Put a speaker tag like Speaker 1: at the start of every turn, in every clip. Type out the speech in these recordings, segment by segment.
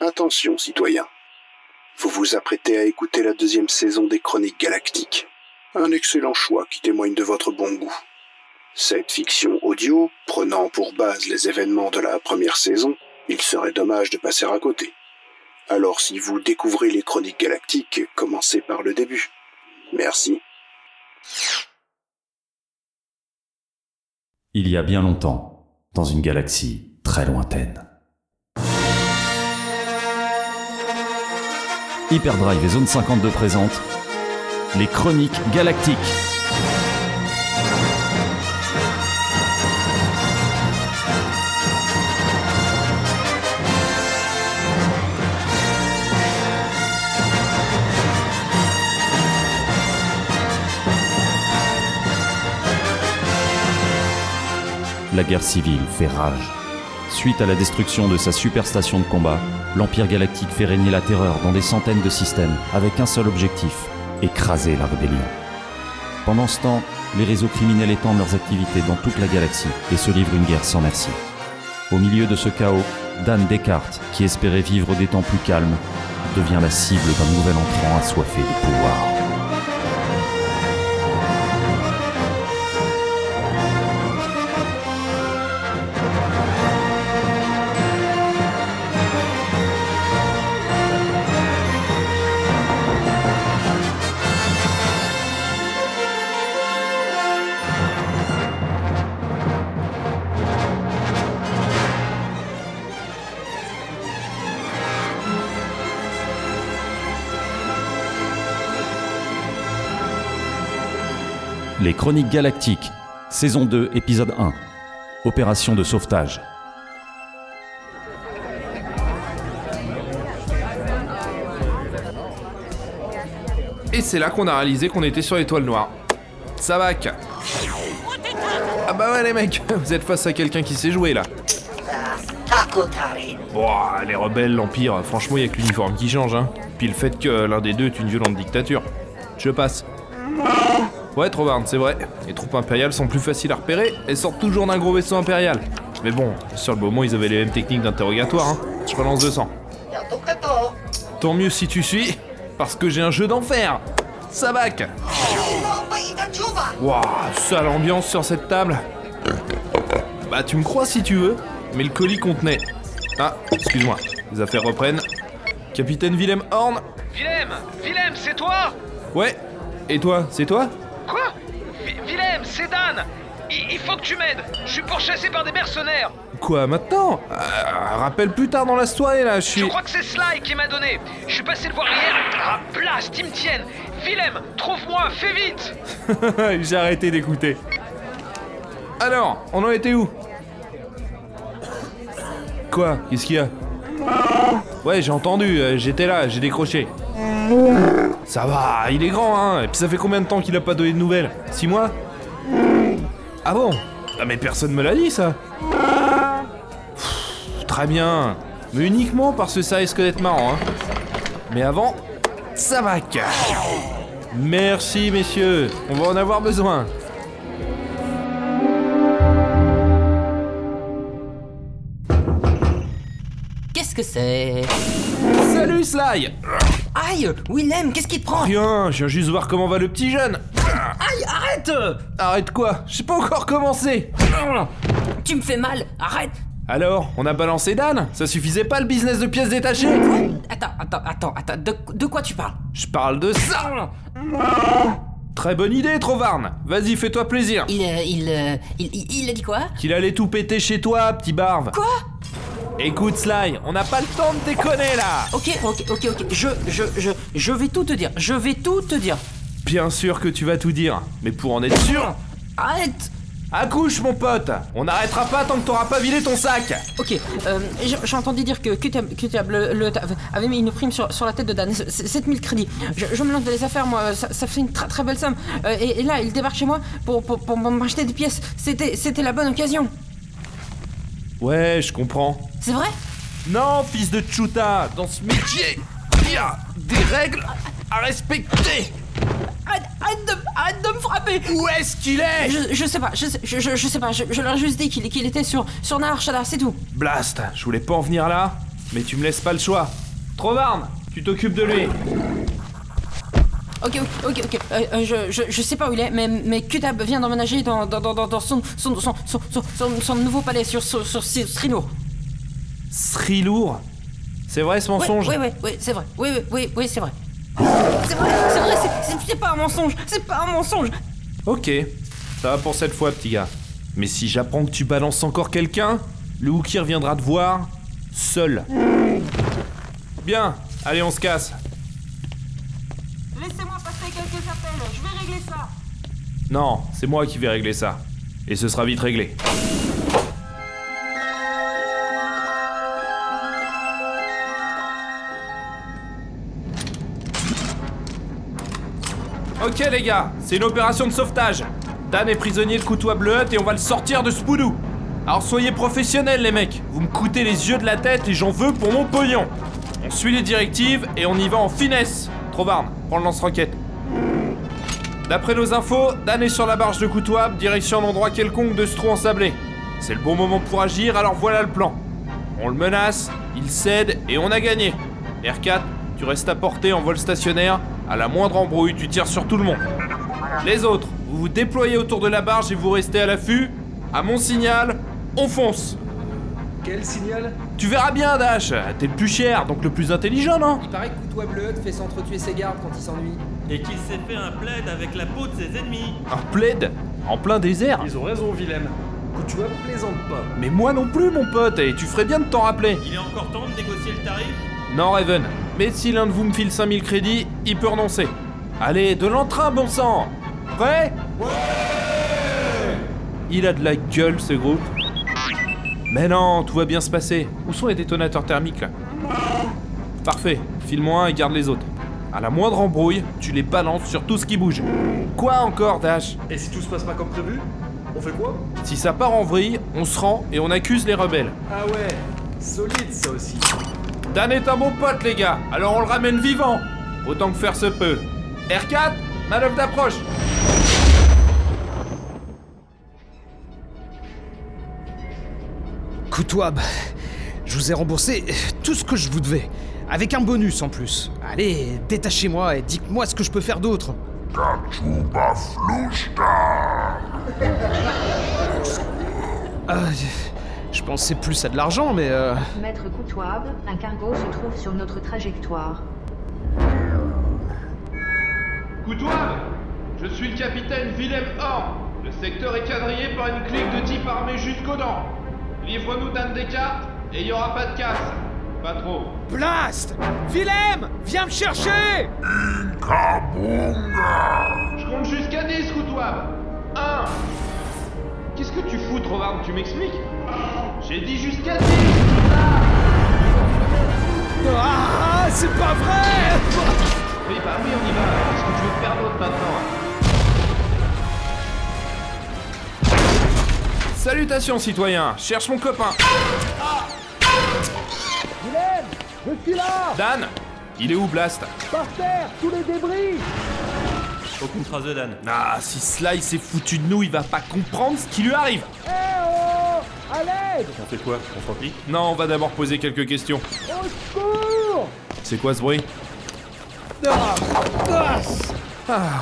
Speaker 1: Attention, citoyens. Vous vous apprêtez à écouter la deuxième saison des Chroniques Galactiques. Un excellent choix qui témoigne de votre bon goût. Cette fiction audio, prenant pour base les événements de la première saison, il serait dommage de passer à côté. Alors si vous découvrez les Chroniques Galactiques, commencez par le début. Merci.
Speaker 2: Il y a bien longtemps, dans une galaxie très lointaine. Hyperdrive et Zone 52 présentent les Chroniques Galactiques. La guerre civile fait rage. Suite à la destruction de sa superstation de combat, l'Empire galactique fait régner la terreur dans des centaines de systèmes avec un seul objectif, écraser la rébellion. Pendant ce temps, les réseaux criminels étendent leurs activités dans toute la galaxie et se livrent une guerre sans merci. Au milieu de ce chaos, Dan Descartes, qui espérait vivre des temps plus calmes, devient la cible d'un nouvel entrant assoiffé de pouvoir. Les Chroniques Galactiques, saison 2, épisode 1. Opération de sauvetage.
Speaker 3: Et c'est là qu'on a réalisé qu'on était sur l'étoile noire. Ça va, K. Ah bah ouais les mecs, vous êtes face à quelqu'un qui sait jouer là.
Speaker 4: Takotarin.
Speaker 3: Boah, les rebelles, l'Empire, franchement y'a que l'uniforme qui change hein. Puis le fait que l'un des deux est une violente dictature. Je passe. Ouais Trovarne, c'est vrai. Les troupes impériales sont plus faciles à repérer et sortent toujours d'un gros vaisseau impérial. Mais bon, sur le moment ils avaient les mêmes techniques d'interrogatoire hein. Je relance 200.
Speaker 4: Bientôt prétend.
Speaker 3: Tant mieux si tu suis, parce que j'ai un jeu d'enfer. Ça va, K. Waouh, sale ambiance sur cette table. Bah, tu me crois si tu veux, mais le colis contenait. Ah, excuse-moi, les affaires reprennent. Capitaine Willem Horn
Speaker 5: Willem Willem, c'est toi
Speaker 3: Ouais. Et toi, c'est toi
Speaker 5: Quoi Vi- Willem, c'est Dan il, il faut que tu m'aides Je suis pourchassé par des mercenaires
Speaker 3: Quoi, maintenant Euh, Rappelle plus tard dans la soirée, là, je
Speaker 5: Je
Speaker 3: suis.
Speaker 5: crois que c'est Sly qui m'a donné Je suis passé le voir hier Ah, place, ils me tiennent Willem, trouve-moi, fais vite
Speaker 3: J'ai arrêté d'écouter. Alors, on en était où Quoi Qu'est-ce qu'il y a Ouais, j'ai entendu, euh, j'étais là, j'ai décroché. Ça va, il est grand, hein Et puis ça fait combien de temps qu'il a pas donné de nouvelles Six mois Ah bon Ah mais personne me l'a dit, ça Pff, Très bien Mais uniquement parce que ça risque d'être marrant, hein Mais avant, ça va, car... Merci messieurs, on va en avoir besoin.
Speaker 6: Qu'est-ce que c'est
Speaker 3: Salut Sly
Speaker 6: Aïe Willem, qu'est-ce qui te prend
Speaker 3: Rien, je viens juste voir comment va le petit jeune.
Speaker 6: Aïe, arrête
Speaker 3: Arrête quoi J'ai pas encore commencé.
Speaker 6: Tu me fais mal, arrête
Speaker 3: Alors, on a balancé Dan Ça suffisait pas le business de pièces détachées
Speaker 6: Attends, attends, attends, attends, de, de quoi tu parles
Speaker 3: Je parle de ça Très bonne idée, Trovarne Vas-y, fais-toi plaisir
Speaker 6: Il, euh, il, euh, il, il, il a dit quoi
Speaker 3: Qu'il allait tout péter chez toi, petit barbe
Speaker 6: Quoi
Speaker 3: Écoute Sly, on n'a pas le temps de déconner là
Speaker 6: Ok, ok, ok, ok, je, je, je, je vais tout te dire, je vais tout te dire.
Speaker 3: Bien sûr que tu vas tout dire, mais pour en être sûr,
Speaker 6: Arrête
Speaker 3: accouche mon pote On n'arrêtera pas tant que t'auras pas vidé ton sac
Speaker 6: Ok, euh, j'ai j'ai entendu dire que Qtab Qtab le, le- avait mis une prime sur, sur la tête de Dan, C'est- c'est 7000 crédits. Je, je me lance dans les affaires, moi, ça, ça fait une très très belle somme. Euh, et, et là, il débarque chez moi pour, pour, pour m'acheter des pièces. C'était c'était la bonne occasion.
Speaker 3: Ouais, je comprends.
Speaker 6: C'est vrai
Speaker 3: Non, fils de Chuta, dans ce métier, il y a des règles à respecter.
Speaker 6: Arrête, arrête de, arrête de me frapper
Speaker 3: Où est-ce qu'il est,
Speaker 6: je, je sais pas, je, sais- je, je- je sais pas, je, je leur ai juste dit qu'il qu'il était sur, sur Nahar Shaddaa, c'est tout.
Speaker 3: Blast, je voulais pas en venir là, Mais tu me laisses pas le choix. Trovarne, tu t'occupes de lui.
Speaker 6: Ok, ok, ok. Euh, euh, je, je, je sais pas où il est, mais, mais Qtab vient d'emménager dans, dans, dans, dans, dans son, son, son, son, son, son- son nouveau palais sur, sur, sur Srinour.
Speaker 3: Srilour C'est vrai ce mensonge
Speaker 6: Oui, oui, oui, c'est vrai. Oui, oui, oui, oui c'est vrai. C'est vrai, c'est vrai, c'est- c'est- c'est pas un mensonge, c'est pas un mensonge.
Speaker 3: Ok, ça va pour cette fois, petit gars. Mais si j'apprends que tu balances encore quelqu'un, le Wookie reviendra te voir seul. Bien, allez, on se casse.
Speaker 4: Laissez-moi passer quelques appels, je vais régler ça.
Speaker 3: Non, c'est moi qui vais régler ça. Et ce sera vite réglé. Ok les gars, c'est une opération de sauvetage. Dan est prisonnier de couteau à bleu et on va le sortir de ce poudou. Alors soyez professionnels les mecs, vous me coûtez les yeux de la tête et j'en veux pour mon pognon. On suit les directives et on y va en finesse. Trovarne, prends le lance-roquette. D'après nos infos, Dan est sur la barge de Coutouab, direction un endroit quelconque de ce trou ensablé. C'est le bon moment pour agir, alors voilà le plan. On le menace, il cède et on a gagné. R4, tu restes à portée en vol stationnaire, à la moindre embrouille, tu tires sur tout le monde. Les autres, vous vous déployez autour de la barge et vous restez à l'affût. À mon signal, on fonce.
Speaker 7: Quel signal
Speaker 3: Tu verras bien, Dash, t'es le plus cher, donc le plus intelligent, non
Speaker 7: Il paraît que Couteau à Bleuette fait s'entretuer ses gardes quand il s'ennuie.
Speaker 8: Et qu'il s'est fait un plaid avec la peau de ses ennemis.
Speaker 3: Un plaid en plein désert
Speaker 7: Ils ont raison, Willem. Couteau à plaisante pas.
Speaker 3: Mais moi non plus, mon pote, et tu ferais bien de t'en rappeler.
Speaker 8: Il est encore temps de négocier le tarif
Speaker 3: Non, Raven, mais si l'un de vous me file 5000 crédits, il peut renoncer. Allez, de l'entrain, bon sang Prêt Ouais Il a de la gueule, ce groupe. Mais non, tout va bien se passer. Où sont les détonateurs thermiques, là Parfait, file-moi un et garde les autres. À la moindre embrouille, tu les balances sur tout ce qui bouge. Quoi encore, Dash
Speaker 7: Et si tout se passe pas comme prévu, on fait quoi
Speaker 3: Si ça part en vrille, on se rend et on accuse les rebelles.
Speaker 7: Ah ouais, solide ça aussi.
Speaker 3: Dan est un bon pote, les gars, alors on le ramène vivant. Autant que faire se peut. R4, manœuvre d'approche.
Speaker 9: Coutouab, je vous ai remboursé tout ce que je vous devais, avec un bonus en plus. Allez, détachez-moi et dites-moi ce que je peux faire d'autre. Ah, Euh, je pensais plus à de l'argent, mais euh,
Speaker 10: Maître Coutoible, un cargo se trouve sur notre trajectoire.
Speaker 3: Coutoir, je suis le capitaine Willem Horn. Le secteur est quadrillé par une clique de type armé jusqu'aux dents. Livre-nous Dan des cartes et il y aura pas de casse. Pas trop.
Speaker 9: Blast Willem Viens me chercher
Speaker 3: Je compte jusqu'à 10, Coutoir. 1. Qu'est-ce que tu fous, Trovarne Tu m'expliques J'ai dit jusqu'à 10
Speaker 9: Ah, c'est pas vrai
Speaker 3: Oui, bah oui, on y va. Qu'est-ce que tu veux faire d'autre maintenant Salutations, citoyens. Cherche mon copain. Dan Il est où, Blast
Speaker 8: Au contrat de Dan.
Speaker 3: Ah, si Sly s'est foutu de nous, il va pas comprendre ce qui lui arrive.
Speaker 8: On fait quoi On se replie
Speaker 3: Non, on va d'abord poser quelques questions. C'est quoi ce bruit Ah,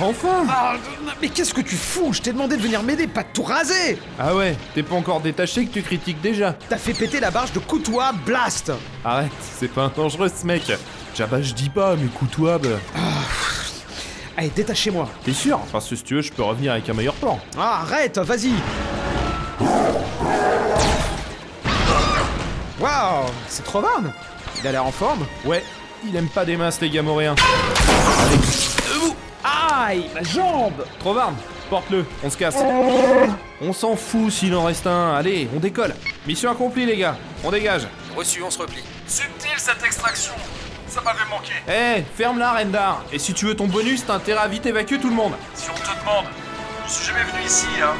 Speaker 3: enfin
Speaker 9: Ah, Mais qu'est-ce que tu fous Je t'ai demandé de venir m'aider, pas de tout raser
Speaker 3: Ah ouais, t'es pas encore détaché que tu critiques déjà.
Speaker 9: T'as fait péter la barge de Coutouab, Blast
Speaker 3: Arrête, c'est pas un dangereux ce mec. Jabba, je dis pas, mais coutoiable.
Speaker 9: Allez, détachez-moi
Speaker 3: T'es sûr Parce que si tu veux, je peux revenir avec un meilleur plan.
Speaker 9: Ah, arrête, vas-y Waouh, c'est trop Trovarne Il a l'air en forme
Speaker 3: Ouais, il aime pas des masses, les gamoréens.
Speaker 9: Aïe, ma jambe
Speaker 3: Trovarne, porte-le, on se casse. On s'en fout s'il en reste un. Allez, on décolle. Mission accomplie, les gars. On dégage.
Speaker 7: Reçu, on se replie. Subtile cette extraction Ça m'avait manqué.
Speaker 3: Eh, ferme-la, Rendar. Et si tu veux ton bonus, t'as intérêt à vite évacuer tout le monde.
Speaker 7: Si on te demande, je suis jamais venu ici, hein.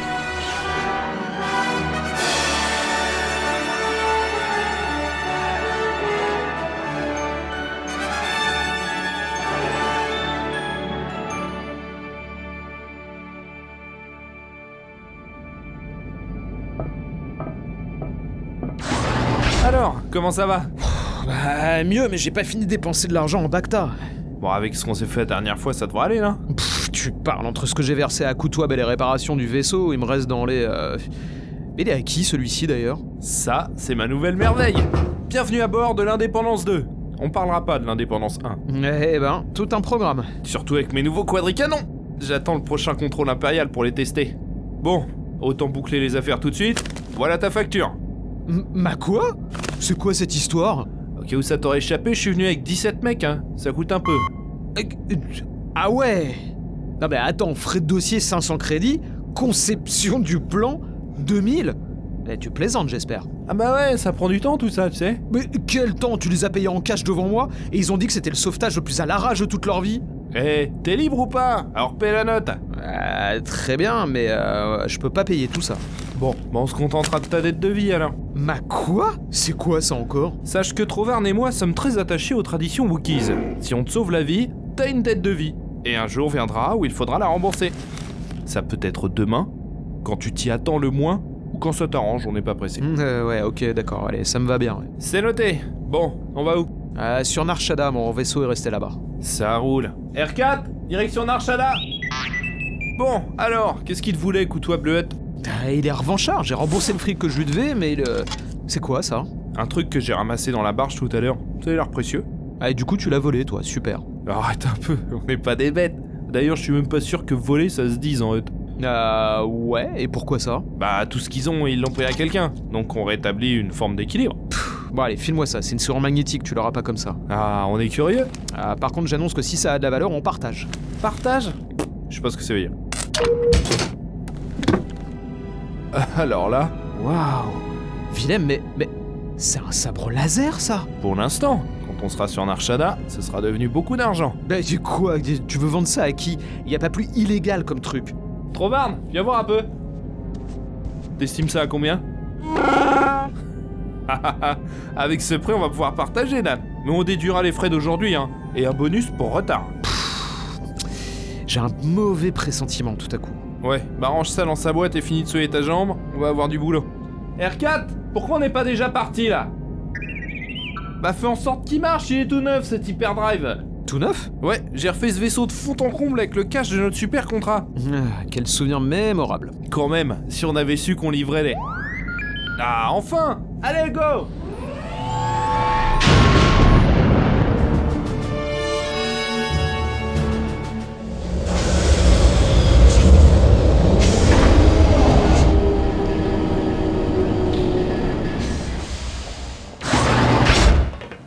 Speaker 3: Alors, comment ça va
Speaker 9: Bah, mieux, mais j'ai pas fini de dépenser de l'argent en Bacta.
Speaker 3: Bon, avec ce qu'on s'est fait la dernière fois, ça devrait aller là
Speaker 9: Pff, tu parles entre ce que j'ai versé à Coutouab et les réparations du vaisseau, il me reste dans les. euh, Il est à qui celui-ci d'ailleurs
Speaker 3: Ça, c'est ma nouvelle merveille Bienvenue à bord de l'Indépendance 2 On parlera pas de l'Indépendance 1,
Speaker 9: Eh ben, tout un programme.
Speaker 3: surtout avec mes nouveaux quadricanons J'attends le prochain contrôle impérial pour les tester. Bon, autant boucler les affaires tout de suite, voilà ta facture
Speaker 9: M- ma quoi C'est quoi cette histoire
Speaker 3: Ok, où ça t'aurait échappé, je suis venu avec 17 mecs, hein. ça coûte un peu.
Speaker 9: Euh, euh, Ah ouais Non mais attends, frais de dossier 500 crédits, conception du plan 2000 Eh, tu plaisantes, j'espère.
Speaker 3: Ah bah ouais, ça prend du temps tout ça, tu sais.
Speaker 9: Mais quel temps Tu les as payés en cash devant moi et ils ont dit que c'était le sauvetage le plus à l'arrache de toute leur vie
Speaker 3: Eh, t'es libre ou pas Alors paie la note
Speaker 9: Euh, Très bien, mais euh, je peux pas payer tout ça.
Speaker 3: Bon, bah on se contentera de ta dette de vie alors.
Speaker 9: Ma quoi C'est quoi ça encore
Speaker 3: Sache que Trovarne et moi sommes très attachés aux traditions Wookiees. Si on te sauve la vie, t'as une dette de vie. Et un jour viendra où il faudra la rembourser. Ça peut être demain, quand tu t'y attends le moins, ou quand ça t'arrange, on n'est pas pressé.
Speaker 9: Hum, euh, Ouais, ok, d'accord, allez, ça me va bien. ouais.
Speaker 3: C'est noté Bon, on va où
Speaker 9: Euh, sur Narshada, mon vaisseau est resté là-bas.
Speaker 3: Ça roule. R4, direction Narshada Bon, alors, qu'est-ce qu'il te voulait, Coutois Bleuette
Speaker 9: Ah, il est revanchard, j'ai remboursé le fric que je lui devais, mais il, euh, C'est quoi ça
Speaker 3: Un truc que j'ai ramassé dans la barge tout à l'heure. Ça a l'air précieux.
Speaker 9: Ah, et du coup, tu l'as volé, toi, super.
Speaker 3: Arrête un peu, on n'est pas des bêtes. D'ailleurs, je suis même pas sûr que voler, ça se dise en hut.
Speaker 9: Euh, ouais, et pourquoi ça
Speaker 3: Bah, tout ce qu'ils ont, ils l'ont pris à quelqu'un. Donc on rétablit une forme d'équilibre.
Speaker 9: Bon, allez, file-moi ça, c'est une source magnétique, tu l'auras pas comme ça.
Speaker 3: Ah, on est curieux
Speaker 9: Ah, par contre, j'annonce que si ça a de la valeur, on partage.
Speaker 3: Partage Je sais pas ce que ça veut dire. Alors là,
Speaker 9: Waouh Willem, mais. mais. C'est un sabre laser, ça
Speaker 3: pour l'instant, quand on sera sur Narshada, ce sera devenu beaucoup d'argent.
Speaker 9: Bah, tu quoi Tu veux vendre ça à qui Y a pas plus illégal comme truc.
Speaker 3: Trovarne, viens voir un peu. T'estimes ça à combien Ah, ah, ah, Avec ce prix, on va pouvoir partager, Dan. Mais on déduira les frais d'aujourd'hui, hein. Et un bonus pour retard.
Speaker 9: J'ai un mauvais pressentiment tout à coup.
Speaker 3: Ouais, bah range ça dans sa boîte et finis de souiller ta jambe, on va avoir du boulot. R4, pourquoi on n'est pas déjà parti là Bah fais en sorte qu'il marche, il est tout neuf cet hyperdrive
Speaker 9: Tout neuf
Speaker 3: Ouais, j'ai refait ce vaisseau de fond en comble avec le cash de notre super contrat.
Speaker 9: Ah, Quel souvenir mémorable.
Speaker 3: Quand même, si on avait su qu'on livrait les... Ah enfin Allez go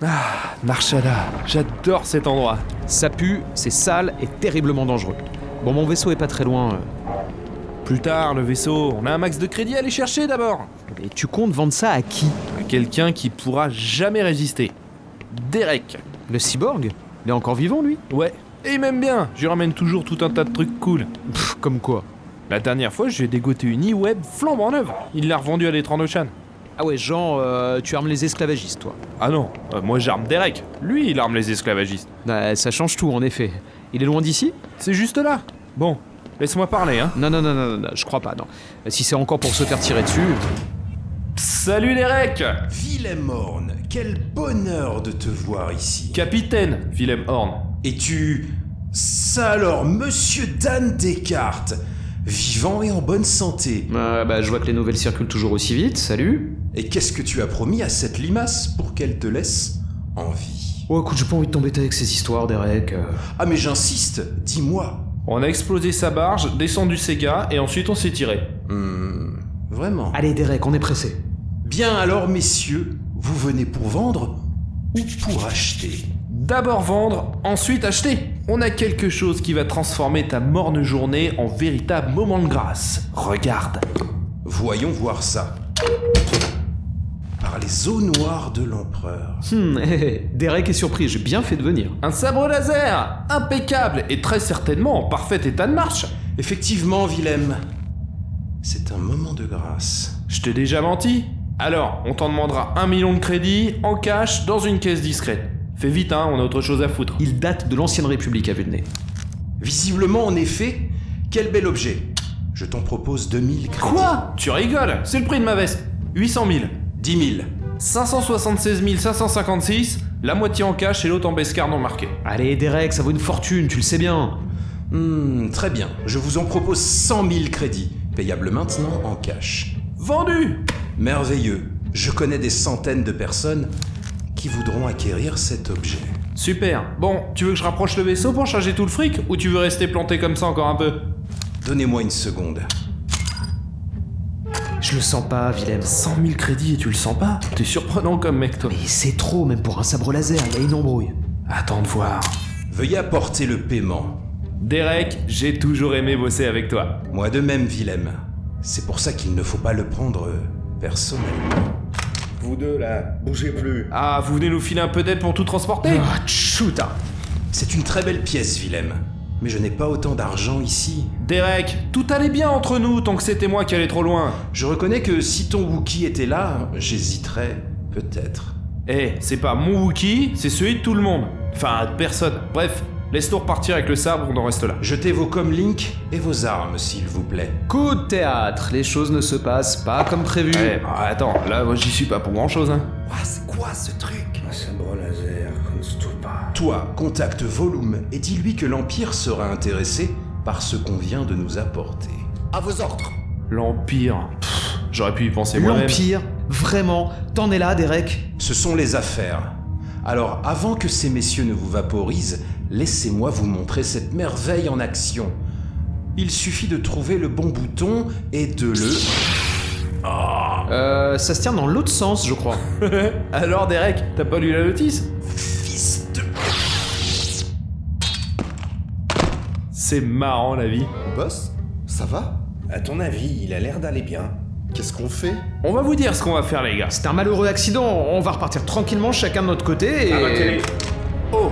Speaker 3: Ah, Narshada, j'adore cet endroit.
Speaker 9: Ça pue, c'est sale et terriblement dangereux. Bon, mon vaisseau est pas très loin.
Speaker 3: Plus tard, le vaisseau, on a un max de crédit à aller chercher d'abord.
Speaker 9: Et tu comptes vendre ça à qui
Speaker 3: à quelqu'un qui pourra jamais résister. Derek.
Speaker 9: Le cyborg Il est encore vivant, lui
Speaker 3: Ouais. Et même bien, je lui ramène toujours tout un tas de trucs cool.
Speaker 9: Pff, Comme quoi
Speaker 3: La dernière fois, j'ai dégoté une e-web flambant neuve. Il l'a revendue à l'Etranoshan.
Speaker 9: Ah ouais, genre, euh, tu armes les esclavagistes, toi.
Speaker 3: Ah non, euh, moi j'arme Derek. Lui, il arme les esclavagistes.
Speaker 9: Bah, ça change tout, en effet. Il est loin d'ici
Speaker 3: C'est juste là. Bon, laisse-moi parler, hein.
Speaker 9: non, non, non, non, non, non, je crois pas, non. Si c'est encore pour se faire tirer dessus...
Speaker 3: Salut Derek
Speaker 11: Villemorne, quel bonheur de te voir ici.
Speaker 3: Capitaine, Willem Horn.
Speaker 11: Et tu. Ça alors, monsieur Dan Descartes, vivant et en bonne santé.
Speaker 9: Ah, bah, je vois que les nouvelles circulent toujours aussi vite, salut.
Speaker 11: Et qu'est-ce que tu as promis à cette limace pour qu'elle te laisse en vie
Speaker 9: Oh, écoute, j'ai pas envie de t'embêter avec ces histoires, Derek. euh.
Speaker 11: Ah, mais j'insiste, dis-moi.
Speaker 3: On a explosé sa barge, descendu ses gars, et ensuite on s'est tiré.
Speaker 11: Hmm, vraiment.
Speaker 9: Allez, Derek, on est pressé.
Speaker 11: Bien alors, messieurs, vous venez pour vendre ou pour acheter
Speaker 3: D'abord vendre, ensuite acheter. On a quelque chose qui va transformer ta morne journée en véritable moment de grâce. Regarde.
Speaker 11: Voyons voir ça. Par les eaux noires de l'empereur.
Speaker 9: Hmm, hé, hé, Derek est surpris, j'ai bien fait de venir.
Speaker 3: Un sabre laser Impeccable et très certainement en parfait état de marche.
Speaker 11: Effectivement, Willem, c'est un moment de grâce.
Speaker 3: Je t'ai déjà menti Alors, on t'en demandera un million de crédits en cash dans une caisse discrète. Fais vite, hein, on a autre chose à foutre.
Speaker 9: Il date de l'ancienne République à vue de nez.
Speaker 11: Visiblement, en effet, quel bel objet. Je t'en propose 2000 crédits.
Speaker 3: Quoi Tu rigoles C'est le prix de ma veste. 800 000.
Speaker 11: 10 000.
Speaker 3: 576 556, la moitié en cash et l'autre en bescar non marqué.
Speaker 9: Allez, Derek, ça vaut une fortune, tu le sais bien.
Speaker 11: Hmm, très bien. Je vous en propose 100 000 crédits, payables maintenant en cash.
Speaker 3: Vendu
Speaker 11: Merveilleux. Je connais des centaines de personnes qui voudront acquérir cet objet.
Speaker 3: Super. Bon, tu veux que je rapproche le vaisseau pour charger tout le fric ou tu veux rester planté comme ça encore un peu
Speaker 11: Donnez-moi une seconde.
Speaker 9: Je le sens pas, Willem.
Speaker 3: 100 000 crédits et tu le sens pas T'es surprenant comme mec, toi.
Speaker 9: Mais c'est trop, même pour un sabre laser, il y a une embrouille.
Speaker 3: Attends de voir.
Speaker 11: Veuillez apporter le paiement.
Speaker 3: Derek, j'ai toujours aimé bosser avec toi.
Speaker 11: Moi de même, Willem. C'est pour ça qu'il ne faut pas le prendre euh, personnellement.
Speaker 12: Vous deux là, bougez plus.
Speaker 3: Ah, vous venez nous filer un peu d'aide pour tout transporter
Speaker 9: Ah, chuta
Speaker 11: C'est une très belle pièce, Willem. Mais je n'ai pas autant d'argent ici.
Speaker 3: Derek, tout allait bien entre nous tant que c'était moi qui allais trop loin.
Speaker 11: Je reconnais que si ton Wookie était là, j'hésiterais, peut-être.
Speaker 3: Eh, c'est pas mon Wookie, c'est celui de tout le monde. Enfin, de personne. Bref, laisse-nous repartir avec le sabre, on en reste là.
Speaker 11: Jetez vos comlinks et vos armes, s'il vous plaît.
Speaker 9: Coup de théâtre, les choses ne se passent pas comme prévu.
Speaker 3: Eh, bah, attends, là, moi j'y suis pas pour grand-chose, hein.
Speaker 12: Ah, c'est quoi ce truc Un sabre laser, Constupa.
Speaker 11: Toi, contacte Volume et dis-lui que l'Empire sera intéressé par ce qu'on vient de nous apporter.
Speaker 12: À vos ordres.
Speaker 3: L'Empire. Pff, J'aurais pu y penser moi-même.
Speaker 9: L'Empire, vraiment, t'en es là, Derek
Speaker 11: Ce sont les affaires. Alors, avant que ces messieurs ne vous vaporisent, laissez-moi vous montrer cette merveille en action. Il suffit de trouver le bon bouton et de le...
Speaker 9: Euh, ça se tient dans l'autre sens, je crois.
Speaker 3: Alors, Derek, t'as pas lu la notice
Speaker 12: Fils de...
Speaker 3: C'est marrant la vie.
Speaker 12: Boss, ça va À ton avis, il a l'air d'aller bien. Qu'est-ce qu'on fait
Speaker 3: On va vous dire ce qu'on va faire, les gars. Ah bah,
Speaker 9: C'est un malheureux accident, on va repartir tranquillement chacun de notre côté et...
Speaker 3: Oh